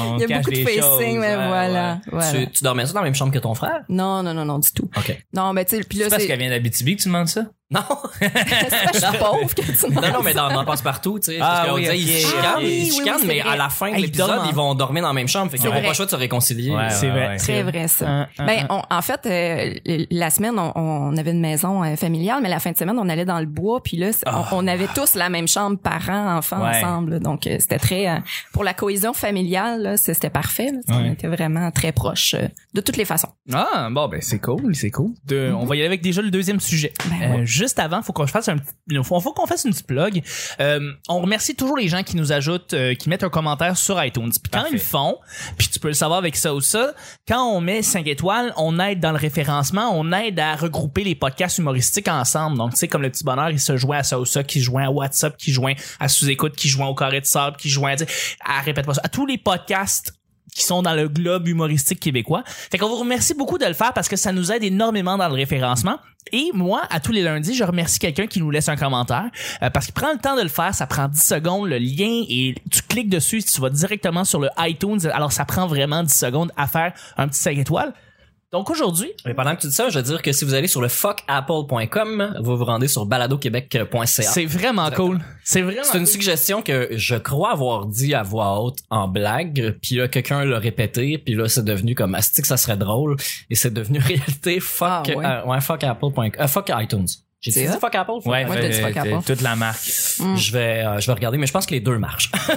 Speaker 2: On
Speaker 3: Il y a
Speaker 2: cache
Speaker 3: beaucoup de
Speaker 2: les choses.
Speaker 3: facing, mais
Speaker 2: Ouais,
Speaker 3: voilà.
Speaker 2: ouais.
Speaker 3: voilà.
Speaker 4: Tu, tu dormais ça dans la même chambre que ton frère?
Speaker 3: Non, non, non, non, du tout.
Speaker 4: OK.
Speaker 3: Non, mais tu sais, puis là,
Speaker 2: C'est parce
Speaker 3: c'est
Speaker 2: qu'elle vient d'Abitibi que tu demandes ça?
Speaker 4: Non,
Speaker 3: c'est parce que je suis pauvre que tu
Speaker 4: non, non, mais dans, dans Passe-Partout, tu sais.
Speaker 2: Ah
Speaker 4: parce qu'on
Speaker 2: oui,
Speaker 4: disait, ils se
Speaker 2: ok.
Speaker 4: chicanent,
Speaker 3: Ah oui,
Speaker 4: ils se
Speaker 3: oui, oui,
Speaker 4: chicanent,
Speaker 3: c'est
Speaker 4: mais
Speaker 3: vrai.
Speaker 4: à la fin de
Speaker 1: Hey,
Speaker 4: l'épisode,
Speaker 1: dormant.
Speaker 4: ils vont dormir dans la même chambre. Fait qu'ils
Speaker 3: C'est
Speaker 4: n'auront pas
Speaker 3: vrai.
Speaker 4: le choix de se réconcilier.
Speaker 2: Ouais,
Speaker 1: C'est vrai.
Speaker 3: Très vrai, ça.
Speaker 1: Un,
Speaker 2: Ah,
Speaker 1: un,
Speaker 3: Ben, on- en fait, euh, la semaine, on, on avait une maison euh, familiale, mais la fin de semaine, on allait dans le bois, puis là, c'est- on, on avait tous la même chambre, parents, enfants,
Speaker 2: Ah. Ouais.
Speaker 3: ensemble. là. Donc, euh, c'était très... euh, pour la cohésion familiale, là, c'est- c'était parfait. là. On
Speaker 2: Ouais.
Speaker 3: était vraiment très proches, euh, de toutes les façons.
Speaker 1: Ah, bon, ben c'est cool, c'est cool.
Speaker 3: Mm-hmm.
Speaker 1: De- On va y aller avec déjà le deuxième sujet.
Speaker 3: Ben
Speaker 1: Euh, Juste avant, faut qu'on fasse un petit- faut, faut qu'on fasse une petite plug. Euh, on remercie toujours les gens qui nous ajoutent, euh, qui mettent un commentaire sur iTunes. Puis quand
Speaker 2: Parfait.
Speaker 1: ils le font, puis tu peux le savoir avec ça ou ça, quand on met 5 étoiles, on aide dans le référencement, on aide à regrouper les podcasts humoristiques ensemble. Donc, tu sais, comme le petit bonheur, il se joint à ça ou ça, qui se joint à WhatsApp, qui se joint à sous-écoute, qui se joint au carré de sable, qui se joint à, à répète pas ça, à tous les podcasts qui sont dans le globe humoristique québécois. Fait qu'on vous remercie beaucoup de le faire parce que ça nous aide énormément dans le référencement. Et moi, à tous les lundis, je remercie quelqu'un qui nous laisse un commentaire euh, parce qu'il prend le temps de le faire. Ça prend 10 secondes, le lien, et tu cliques dessus, tu vas directement sur le iTunes. Alors, ça prend vraiment 10 secondes à faire un petit 5 étoiles. Donc aujourd'hui,
Speaker 4: Mais pendant que tu dis ça, je veux dire que si vous allez sur le fuckapple.com, vous vous rendez sur baladoquebec.ca.
Speaker 1: c'est vraiment cool. C'est vraiment
Speaker 4: C'est une suggestion que je crois avoir dit à voix haute en blague, puis là quelqu'un l'a répété, puis là c'est devenu comme asti que ça serait drôle et c'est devenu réalité fuck
Speaker 3: Ah, ouais.
Speaker 4: euh, ouais, fuck Apple. euh, fuck iTunes. J'ai
Speaker 3: C'est
Speaker 4: dit
Speaker 3: ça?
Speaker 4: fuck Apple. fuck
Speaker 2: Ouais,
Speaker 4: Apple.
Speaker 3: Ouais, t'as dit
Speaker 2: fait-
Speaker 3: fuck
Speaker 2: t'as-
Speaker 3: Apple.
Speaker 2: toute la marque.
Speaker 3: Mm.
Speaker 4: Je vais euh, je vais regarder mais je pense que les deux marchent.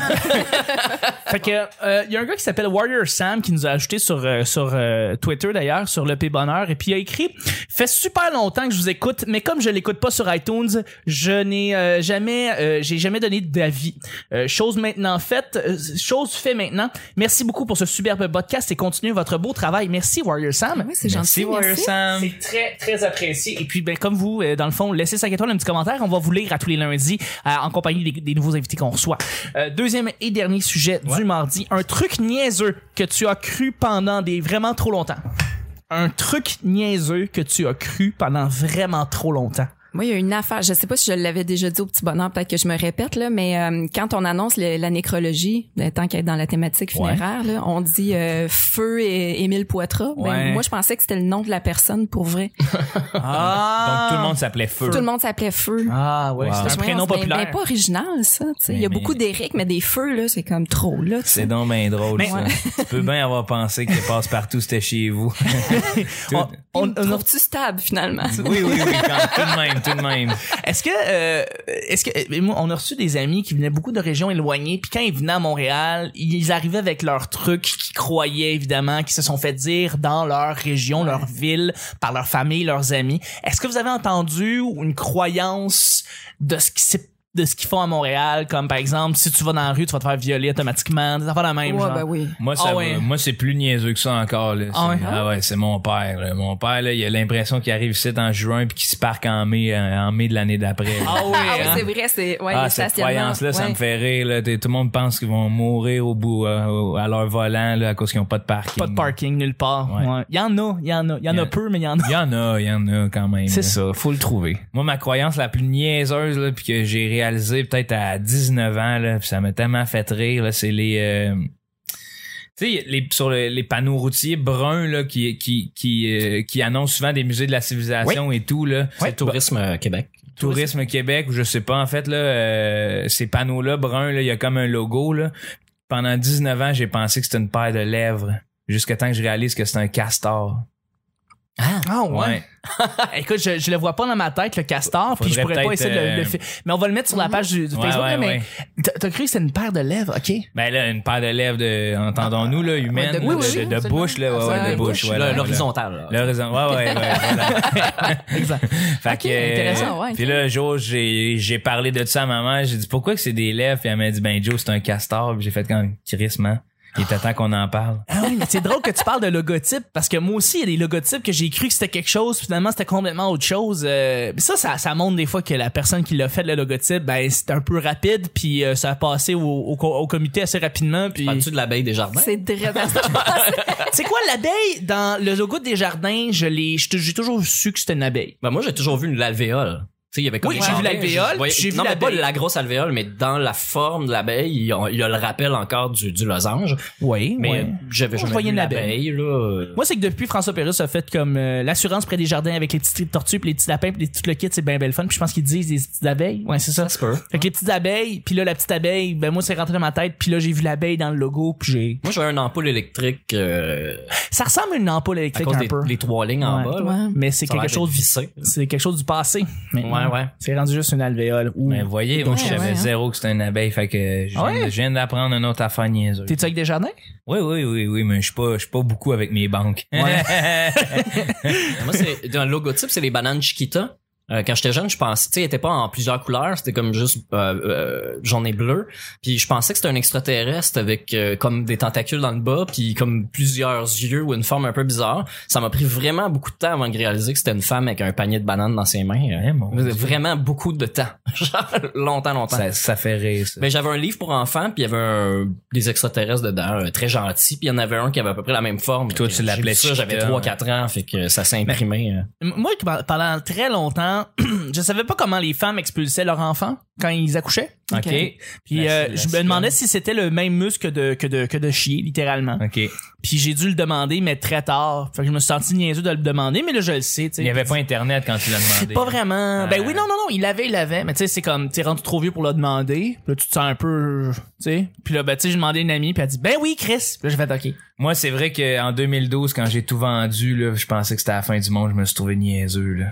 Speaker 1: Fait que euh, il y a un gars qui s'appelle Warrior Sam qui nous a ajouté sur euh, sur euh, Twitter d'ailleurs sur le P bonheur et puis il a écrit fait super longtemps que je vous écoute mais comme je l'écoute pas sur iTunes je n'ai euh, jamais euh, j'ai jamais donné d'avis Euh, chose maintenant faite euh, chose fait maintenant merci beaucoup pour ce superbe podcast et continuez votre beau travail merci Warrior Sam
Speaker 3: Oui, Ben, c'est
Speaker 2: Merci,
Speaker 3: gentil,
Speaker 2: Warrior
Speaker 3: merci.
Speaker 2: Sam.
Speaker 1: c'est très, très apprécié. Et puis, ben, comme vous, euh, dans le fond, laissez 5 étoiles, un petit commentaire. On va vous lire à tous les lundis euh, en compagnie des, des nouveaux invités qu'on reçoit. Euh, deuxième et dernier sujet du mardi. Un truc niaiseux que tu as cru pendant des vraiment trop longtemps. Un truc niaiseux que tu as cru pendant vraiment trop longtemps.
Speaker 3: Moi, il y a une affaire, je sais pas si je l'avais déjà dit au petit bonheur, peut-être que je me répète, là, mais euh, quand on annonce le- la nécrologie, euh, tant qu'être dans la thématique funéraire, là, on dit euh, Feu et Émile Poitras. Ben,
Speaker 2: Ouais.
Speaker 3: moi, je pensais que c'était le nom de la personne pour vrai.
Speaker 1: Ah.
Speaker 2: Donc tout le monde s'appelait Feu.
Speaker 3: Tout le monde s'appelait Feu.
Speaker 1: Ah ouais,
Speaker 2: Wow.
Speaker 1: c'est un
Speaker 3: Je me
Speaker 1: prénom
Speaker 3: lance, mais-
Speaker 1: populaire.
Speaker 3: Mais, pas original, ça. tu sais. Il y a
Speaker 2: Mais-
Speaker 3: beaucoup d'Éric, mais des feux, là, c'est comme trop, là. tu sais.
Speaker 2: C'est donc bien drôle,
Speaker 3: Ben,
Speaker 1: Mais-
Speaker 2: ça. tu peux bien avoir pensé que passe-partout, c'était chez vous. Tout-
Speaker 1: On- on-
Speaker 3: Puis,
Speaker 1: on-
Speaker 3: Trouves-tu stable, finalement?
Speaker 2: Oui, oui, oui, quand- tout de même, tout de même.
Speaker 1: Est-ce que, euh, est-ce que, euh, moi, on a reçu des amis qui venaient beaucoup de régions éloignées, puis quand ils venaient à Montréal, ils arrivaient avec leurs trucs qu'ils croyaient évidemment, qui se sont fait dire dans leur région, leur ville, par leur famille, leurs amis. Est-ce que vous avez entendu une croyance de ce qui s'est de ce qu'ils font à Montréal, comme par exemple, si tu vas dans la rue, tu vas te faire violer automatiquement, des affaires de même.
Speaker 3: Ouais,
Speaker 1: genre.
Speaker 3: ben oui.
Speaker 2: Moi, ça
Speaker 1: Ah
Speaker 2: va.
Speaker 1: ouais.
Speaker 2: Moi, c'est plus niaiseux que ça encore. Là.
Speaker 1: Ah
Speaker 2: C'est-
Speaker 1: ouais?
Speaker 2: c'est mon père. là. Mon père, là, il a l'impression qu'il arrive ici en juin puis qu'il se parque en mai, euh, en mai de l'année d'après. là.
Speaker 1: Ah oui,
Speaker 3: Ah oui,
Speaker 1: hein?
Speaker 3: c'est vrai, c'est ouais,
Speaker 2: Ah,
Speaker 3: les
Speaker 2: cette
Speaker 3: stationnements,
Speaker 2: croyance-là, ça
Speaker 3: ouais.
Speaker 2: me fait rire. là. T'es- Tout le monde pense qu'ils vont mourir au bout, euh, au- à leur volant, là, à cause qu'ils n'ont pas de parking.
Speaker 1: Pas de parking nulle part.
Speaker 2: Ouais.
Speaker 1: Ouais. Il y en a, il y en a. Il y en
Speaker 2: Il y
Speaker 1: a
Speaker 2: a-
Speaker 1: peu, mais il y en a.
Speaker 2: Il y en a, il y en a quand même. là.
Speaker 1: ça, faut le trouver.
Speaker 2: Moi, ma croyance la plus niaiseuse, là, puis que j'ai réalisée peut-être à 19 ans, là, puis ça m'a tellement fait rire, là, c'est les... euh, tu sais, les, sur le- les panneaux routiers bruns là, qui, qui, qui, euh, qui annoncent souvent des musées de la civilisation et tout, là,
Speaker 4: C'est Tourisme euh, Québec.
Speaker 2: Tourisme Québec ou je sais pas, en fait, là, euh, ces panneaux-là bruns, là, il y a comme un logo. Là. Pendant 19 ans, j'ai pensé que c'était une paire de lèvres, jusqu'à temps que je réalise que c'est un castor.
Speaker 1: Ah ouais. Écoute, je, je le vois pas dans ma tête le castor, puis je
Speaker 2: Faudrait
Speaker 1: pourrais pas
Speaker 2: peut-être,
Speaker 1: essayer de le,
Speaker 2: euh,
Speaker 1: le fi- Mais on va le mettre sur la page du, du
Speaker 2: Ouais,
Speaker 1: Facebook.
Speaker 2: ouais,
Speaker 1: là, mais
Speaker 2: ouais.
Speaker 1: t'as- t'as cru que c'était une paire de lèvres, ok
Speaker 2: Ben là, une paire de lèvres de, entendons-nous, là, humaine,
Speaker 3: Ah,
Speaker 2: de,
Speaker 3: de bouche,
Speaker 2: de- de
Speaker 3: oui,
Speaker 2: bouche, là, ouais, ouais,
Speaker 3: absolument. Ah,
Speaker 2: de bouche, ouais,
Speaker 4: Le-
Speaker 2: là,
Speaker 4: L'horizontal. là.
Speaker 2: là. L'horizon, ouais, ouais, ouais, voilà.
Speaker 1: Exact.
Speaker 2: Fait que, euh,
Speaker 3: intéressant, ouais,
Speaker 2: Puis
Speaker 3: ok.
Speaker 2: là, un jour, j'ai, j'ai parlé de ça à maman, j'ai dit, pourquoi que c'est des lèvres? Puis elle m'a dit, ben, Joe, c'est un castor, puis j'ai fait comme, Chris, man, il était temps qu'on en parle.
Speaker 1: Ah oui, mais c'est drôle que tu parles de logotype parce que moi aussi, il y a des logotypes que j'ai cru que c'était quelque chose, finalement c'était complètement autre chose. Euh, mais ça, ça, ça montre des fois que la personne qui l'a fait le logotype, ben c'est un peu rapide, puis euh, ça a passé au, au, co- au comité assez rapidement. Puis
Speaker 4: Parles-tu de l'abeille des jardins?
Speaker 3: C'est très
Speaker 1: c'est quoi l'abeille dans le logo des jardins Je l'ai, je te- j'ai toujours su que c'était une abeille.
Speaker 4: Ben, moi, j'ai toujours vu une l'alvéole. Tu sais, il y avait comme
Speaker 1: Oui,
Speaker 4: des
Speaker 1: j'ai vu
Speaker 4: jardins,
Speaker 1: l'alvéole,
Speaker 4: je voyais-
Speaker 1: puis j'ai vu
Speaker 4: Non, mais pas
Speaker 1: l'abeille.
Speaker 4: la grosse alvéole, mais dans la forme de l'abeille, il y a, il y a le rappel encore du, du losange.
Speaker 1: Oui,
Speaker 4: Mais euh,
Speaker 1: Moi,
Speaker 4: j'avais
Speaker 1: je
Speaker 4: jamais
Speaker 1: voyais
Speaker 4: vu
Speaker 1: une abeille.
Speaker 4: l'abeille, là.
Speaker 1: Moi, c'est que depuis François Pérusse a fait comme euh, l'assurance près des jardins avec les petites tortues, puis les petits lapins, puis les- tout le kit, c'est bien belle fun. Puis je pense qu'ils disent des petites abeilles. Ouais, c'est ça.
Speaker 4: se peut.
Speaker 1: Fait que les petites abeilles, puis là la petite abeille, ben moi c'est rentré dans ma tête, puis là j'ai vu l'abeille dans le logo, puis j'ai.
Speaker 4: Moi, j'avais une ampoule électrique euh,
Speaker 1: Ça ressemble à une ampoule
Speaker 4: à
Speaker 1: électrique
Speaker 4: cause
Speaker 1: un
Speaker 4: des,
Speaker 1: peu,
Speaker 4: des trois lignes
Speaker 1: Ouais.
Speaker 4: en bas. là.
Speaker 3: Ouais.
Speaker 1: mais c'est
Speaker 4: Ça a
Speaker 1: quelque
Speaker 4: l'air
Speaker 1: chose
Speaker 4: d'être vissé.
Speaker 1: C'est quelque chose du passé. maintenant.
Speaker 4: Ouais, ouais.
Speaker 1: C'est rendu juste une alvéole. Ouh.
Speaker 2: Ben, voyez, moi, je
Speaker 3: Ouais,
Speaker 2: savais
Speaker 3: ouais, hein.
Speaker 2: zéro que c'était une abeille, fait que je viens,
Speaker 1: Ouais.
Speaker 2: je viens d'apprendre une autre affaire niaiseuse.
Speaker 1: T'es-tu avec des jardins?
Speaker 2: Oui, oui, oui, oui, mais je suis pas, je suis pas beaucoup avec mes banques.
Speaker 4: Moi, c'est dans le logotype, c'est les bananes Chiquita. Euh, quand j'étais jeune, je pensais, tu sais, elles étaient pas en plusieurs couleurs, c'était comme juste euh, euh, jaune et bleu. Puis je pensais que c'était un extraterrestre avec euh, comme des tentacules dans le bas, puis comme plusieurs yeux ou une forme un peu bizarre. Ça m'a pris vraiment beaucoup de temps avant de réaliser que c'était une femme avec un panier de bananes dans ses mains.
Speaker 2: Eh, mon Dieu.
Speaker 4: Vraiment beaucoup de temps, Genre, longtemps, longtemps.
Speaker 2: ça, ça fait rire, ça.
Speaker 4: Ben, j'avais un livre pour enfants, puis il y avait un- des extraterrestres dedans, euh, très gentils, puis il y en avait un qui avait à peu près la même forme.
Speaker 2: toi, tu
Speaker 4: J'ai
Speaker 2: l'appelais
Speaker 4: vu ça, j'avais
Speaker 2: Chica.
Speaker 4: 3-4 ans, fait que ça s'est imprimé.
Speaker 2: hein.
Speaker 4: euh.
Speaker 1: M- Moi, qui par- pendant très longtemps, je savais pas comment les femmes expulsaient leurs enfants quand ils accouchaient.
Speaker 2: OK.
Speaker 1: Puis
Speaker 2: La-
Speaker 1: euh,
Speaker 2: la
Speaker 1: je me
Speaker 2: sperme.
Speaker 1: demandais si c'était le même muscle que de, que de, que de chier, littéralement.
Speaker 2: OK.
Speaker 1: Puis j'ai dû le demander, mais très tard. Fait que je me suis senti niaiseux de le demander, mais là, je le sais. tu sais.
Speaker 2: Il n'y avait pas Internet quand tu l'as demandé.
Speaker 1: Pas vraiment. Ben
Speaker 2: Ah.
Speaker 1: oui, non, non, non, il l'avait, il l'avait. Mais tu sais, c'est comme, t'es rendu trop vieux pour le demander. Puis là, tu te sens un peu, tu sais. Puis là, ben, tu sais, j'ai demandé à une amie, puis elle dit, ben oui, Chris. Puis là, j'ai fait, OK.
Speaker 2: Moi, c'est vrai qu'en 2012, quand j'ai tout vendu, là, je pensais que c'était la fin du monde, je me suis trouvé niaiseux, là.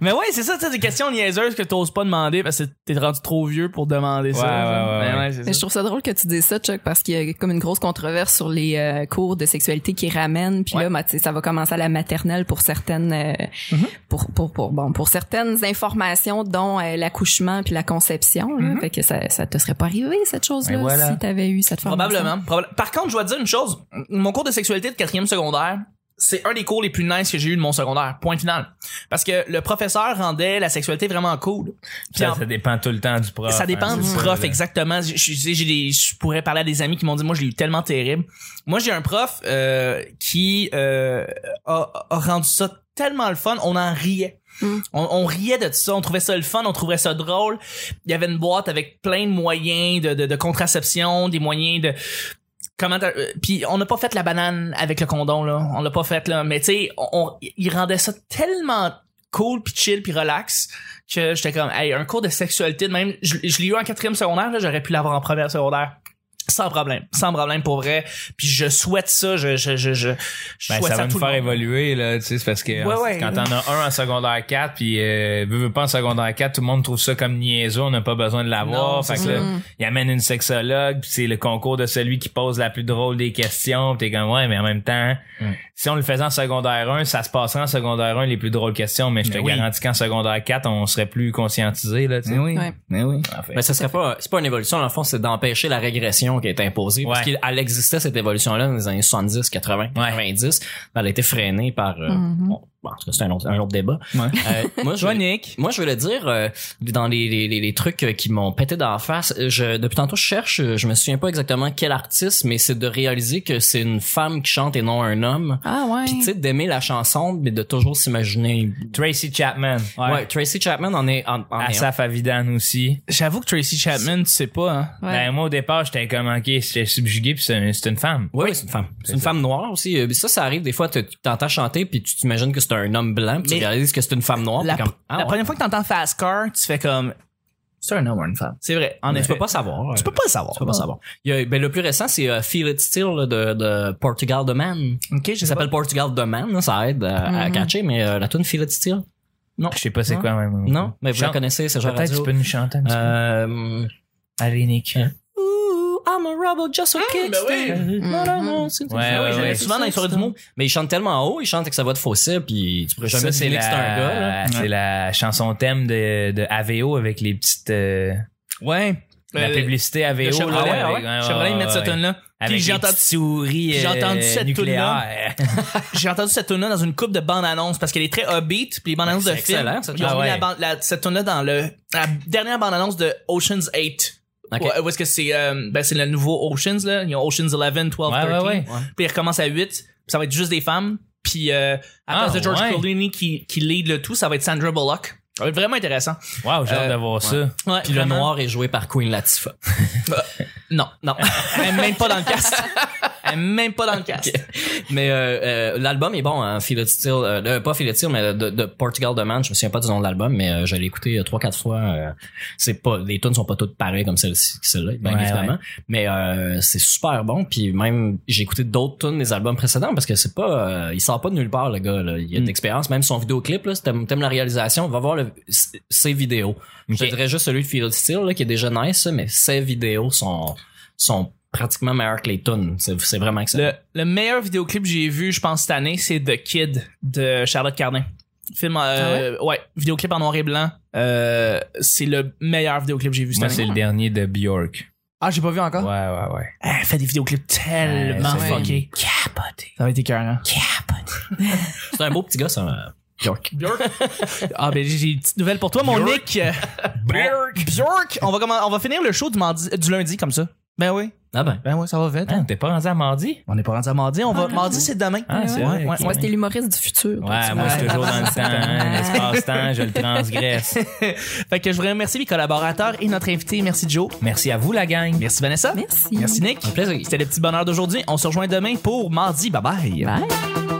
Speaker 1: Mais ouais, c'est ça, tu sais, des questions niaiseuses que t'oses pas demander parce que t'es rendu trop vieux pour demander ça.
Speaker 2: Ouais,
Speaker 1: genre.
Speaker 2: ouais, ouais,
Speaker 1: Ben
Speaker 2: ouais.
Speaker 1: c'est
Speaker 3: Mais je
Speaker 1: ça.
Speaker 3: trouve ça drôle que tu dises ça, Chuck, parce qu'il y a comme une grosse controverse sur les euh, cours de sexualité qui ramènent. Puis là, bah, tu sais, ça va commencer à la maternelle pour certaines, euh, pour, pour, pour, bon, pour certaines informations, dont euh, l'accouchement puis la conception. là. Fait que ça, ça te serait pas arrivé cette chose-là
Speaker 2: Ben voilà.
Speaker 3: si t'avais eu cette formation.
Speaker 1: Probablement. Probable- Par contre, je dois te dire une chose. Mon cours de sexualité de quatrième secondaire, c'est un des cours les plus nice que j'ai eu de mon secondaire. Point final. Parce que le professeur rendait la sexualité vraiment cool. Puis
Speaker 2: Ça,
Speaker 1: en-
Speaker 2: ça dépend tout le temps du prof.
Speaker 1: Ça dépend
Speaker 2: hein,
Speaker 1: du
Speaker 2: c'est ça,
Speaker 1: prof,
Speaker 2: là.
Speaker 1: exactement. Je, je- j'ai- j'ai des- je pourrais parler à des amis qui m'ont dit, moi, je l'ai eu tellement terrible. Moi, j'ai un prof euh, qui euh, a, a rendu ça tellement le fun, on en riait.
Speaker 3: Mm.
Speaker 1: On, on riait de ça, on trouvait ça le fun, on trouvait ça drôle. Il y avait une boîte avec plein de moyens de, de, de contraception, des moyens de... Comment t'as- euh, puis on n'a pas fait la banane avec le condom là, on l'a pas fait là, mais tu sais, on, on- il rendait ça tellement cool puis chill puis relax que j'étais comme hey un cours de sexualité de même je, je l'ai eu en quatrième secondaire là, j'aurais pu l'avoir en première secondaire Sans problème, sans problème pour vrai. Puis je souhaite ça, je, je, je, je, je
Speaker 2: Ben,
Speaker 1: souhaite
Speaker 2: ça va
Speaker 1: à
Speaker 2: nous
Speaker 1: tout le
Speaker 2: faire
Speaker 1: monde.
Speaker 2: évoluer, là, tu sais, c'est parce que
Speaker 1: Ouais,
Speaker 2: en-
Speaker 1: ouais.
Speaker 2: quand t'en as un en secondaire 4, puis euh, veux, veux pas en secondaire 4, tout le monde trouve ça comme niaiseux, on n'a pas besoin de
Speaker 1: Non,
Speaker 2: l'avoir. Fait
Speaker 1: c'est
Speaker 2: que là,
Speaker 3: Mm-hmm.
Speaker 2: il amène une sexologue, puis c'est le concours de celui qui pose la plus drôle des questions, pis t'es comme, ouais, mais en même temps, si on le faisait en secondaire 1, ça se passerait en secondaire 1 les plus drôles questions, mais je te
Speaker 4: Mais oui.
Speaker 2: garantis qu'en secondaire 4, on serait plus conscientisé, là, tu sais.
Speaker 4: Mais oui.
Speaker 3: Ouais.
Speaker 2: Mais oui.
Speaker 4: Mais ce serait pas, c'est pas une évolution, dans le fond, c'est d'empêcher la régression qui est imposée. Parce
Speaker 2: Ouais.
Speaker 4: qu'elle existait, cette évolution-là, dans les années 70, 80, 90. Elle a été freinée par, euh,
Speaker 3: Mhm.
Speaker 4: bon, bon, en tout cas, c'est un autre, un autre débat. Euh, moi, je,
Speaker 1: Toi, Nick.
Speaker 4: moi, je voulais dire, euh, dans les, les, les- les trucs euh, qui m'ont pété dans la face, euh, je, depuis tantôt, je cherche, euh, je me souviens pas exactement quel artiste, mais c'est de réaliser que c'est une femme qui chante et non un homme.
Speaker 3: Ah ouais.
Speaker 4: Puis, tu sais, d'aimer la chanson, mais de toujours s'imaginer.
Speaker 2: Tracy Chapman.
Speaker 4: Mm. Ouais.
Speaker 2: Ouais.
Speaker 4: Tracy Chapman en est, en, en est un.
Speaker 2: Asaf Avidan aussi.
Speaker 1: J'avoue que Tracy Chapman, tu sais pas, hein.
Speaker 3: Ouais.
Speaker 2: Ben, moi, au départ, j'étais comme, ok, j'étais subjugué, puis c'est c'est une femme.
Speaker 4: Oui, c'est une femme. C'est une femme noire aussi. Euh, puis Ça, ça arrive des fois, tu tu t'entends chanter, puis tu t'imagines que c'est un homme blanc, puis
Speaker 1: Mais
Speaker 4: tu réalises que c'est une femme noire.
Speaker 1: La,
Speaker 4: puis comme, ah
Speaker 1: la
Speaker 4: ouais.
Speaker 1: première fois que t'entends Fast Car, tu fais comme, c'est un homme ou une femme. C'est vrai. En
Speaker 4: Mais
Speaker 1: effet.
Speaker 4: tu peux pas savoir.
Speaker 1: Tu peux pas le savoir.
Speaker 4: Tu peux pas savoir. Il y a- ben, le plus récent, c'est euh, Feel It Still là, de, de Portugal The Man.
Speaker 1: Ok, je
Speaker 4: Ça s'appelle Portugal The Man, là, ça aide euh, à
Speaker 3: Mhm.
Speaker 4: catcher, mais euh, la tune Feel It Still,
Speaker 2: Je sais pas c'est quoi, même.
Speaker 4: non? Mais vous
Speaker 2: Mm-hmm.
Speaker 4: la
Speaker 2: Chante-
Speaker 4: connaissez, c'est genre
Speaker 2: Peut-être
Speaker 4: radio.
Speaker 2: tu peux nous chanter un petit
Speaker 4: Euh,
Speaker 2: peu. Allez, Nick.
Speaker 4: Ooh, I'm a rebel just for kicks.
Speaker 1: ben oui.
Speaker 4: Ouais,
Speaker 2: Ouais, ouais, ouais.
Speaker 1: Souvent dans l'histoire du mot.
Speaker 4: Mais il chante tellement haut, il chante avec sa voix de fossile, puis tu pourrais jamais
Speaker 2: Ça, c'est
Speaker 4: deviner que c'est un gars. là.
Speaker 2: la, c'est la chanson thème de, de AVO avec les petites. euh,
Speaker 1: Ouais.
Speaker 2: la
Speaker 1: Euh,
Speaker 2: publicité AVO.
Speaker 1: Le
Speaker 2: là,
Speaker 1: Chevrolet, ah
Speaker 2: avec-
Speaker 1: ouais. Chevrolet, ils mettent cette tune-là.
Speaker 2: Avec
Speaker 1: Puis
Speaker 2: les
Speaker 1: j'ai entendu,
Speaker 2: petites souris.
Speaker 1: j'ai
Speaker 2: euh,
Speaker 1: entendu cette
Speaker 2: nucléaires.
Speaker 1: j'ai entendu cette tune-là dans une coupe de bandes-annonces parce qu'elle est très upbeat, puis les bandes-annonces de
Speaker 4: C'est
Speaker 1: films.
Speaker 4: excellent, cette
Speaker 1: Ils ont
Speaker 2: tune.
Speaker 1: mis
Speaker 2: Ah
Speaker 1: la
Speaker 2: ouais.
Speaker 1: bande- la- cette tune-là dans le, la dernière bande-annonce de Ocean's 8.
Speaker 4: Ok.
Speaker 1: Ouais, où est-ce que c'est, euh, ben, c'est le nouveau Ocean's, là. Ils ont Ocean's 11, 12,
Speaker 2: Ouais,
Speaker 1: 13.
Speaker 2: ouais, ouais.
Speaker 1: Puis ils recommencent à 8. Puis ça va être juste des femmes. Puis, euh, à
Speaker 2: Ah,
Speaker 1: place de George
Speaker 2: ouais.
Speaker 1: Clooney qui, qui lead le tout, ça va être Sandra Bullock. Ça va être vraiment intéressant.
Speaker 2: Wow, j'ai hâte
Speaker 1: Euh,
Speaker 2: de voir ça.
Speaker 1: Ouais,
Speaker 4: Puis le
Speaker 1: vraiment.
Speaker 4: noir est joué par Queen Latifah.
Speaker 1: Non, non. Elle est même pas dans le cast. Elle est même pas dans le cast.
Speaker 4: Mais euh, euh, l'album est bon, hein, Feel It Still, euh, euh, pas Feel It Still, mais de, de Portugal The Man, je me souviens pas du nom de l'album, mais euh, je l'ai écouté euh, trois, quatre fois. euh, c'est pas, les tunes sont pas toutes pareilles comme celle-ci, celle-là, bien
Speaker 2: Ouais,
Speaker 4: évidemment. Mais euh, c'est super bon, puis même j'ai écouté d'autres tunes des albums précédents parce que c'est pas, euh, il sort pas de nulle part le gars. Là. Il
Speaker 2: Mm.
Speaker 4: a de l'expérience, même son vidéoclip. Là, si t'aimes, t'aimes la réalisation, va voir le, ses vidéos. Je
Speaker 2: Ok.
Speaker 4: te dirais juste celui de Feel It Still là, qui est déjà nice, mais ses vidéos sont sont pratiquement meilleures que les tunes. C'est, c'est vraiment excellent.
Speaker 1: Le, le meilleur vidéoclip que j'ai vu, je pense, cette année, c'est The Kid de Charlotte Cardin. Film, euh, ouais? vidéoclip en noir et blanc. Euh, c'est le meilleur vidéoclip que j'ai vu cette
Speaker 2: Moi, Ben, c'est
Speaker 1: année.
Speaker 2: le dernier de Bjork.
Speaker 1: Ah, j'ai pas vu
Speaker 2: Ouais,
Speaker 1: encore?
Speaker 2: ouais, ouais.
Speaker 1: Elle fait Eh, des vidéoclips tellement
Speaker 2: Ouais, c'est
Speaker 1: fuckés. Ça va être écœurant.
Speaker 4: C'est un beau petit gars, ça. Bjork.
Speaker 1: Ah, ben, j'ai une petite nouvelle pour toi, mon
Speaker 2: Bjork.
Speaker 1: Nick. Bjork. Bjork. On va, commen- on va finir le show du, mardi- du lundi comme ça. Ben oui.
Speaker 4: Ah ben.
Speaker 1: Ben oui, ça va vite.
Speaker 2: Hein, T'es pas rendu à mardi?
Speaker 1: On est pas rendu à mardi. On va,
Speaker 3: Ah,
Speaker 1: mardi, c'est demain.
Speaker 2: Ah, c'est vrai, ok.
Speaker 3: Ouais, c'était l'humoriste du futur.
Speaker 2: Ouais, moi, je suis toujours dans le temps. hein, L'espace-temps, je le transgresse.
Speaker 1: Fait que je voudrais remercier mes collaborateurs et notre invité. Merci Joe.
Speaker 2: Merci à vous, la gang.
Speaker 1: Merci Vanessa.
Speaker 3: Merci.
Speaker 1: Merci Nick.
Speaker 4: plaisir.
Speaker 1: C'était le petit bonheur d'aujourd'hui. On se rejoint demain pour mardi. Bye bye.
Speaker 3: Bye.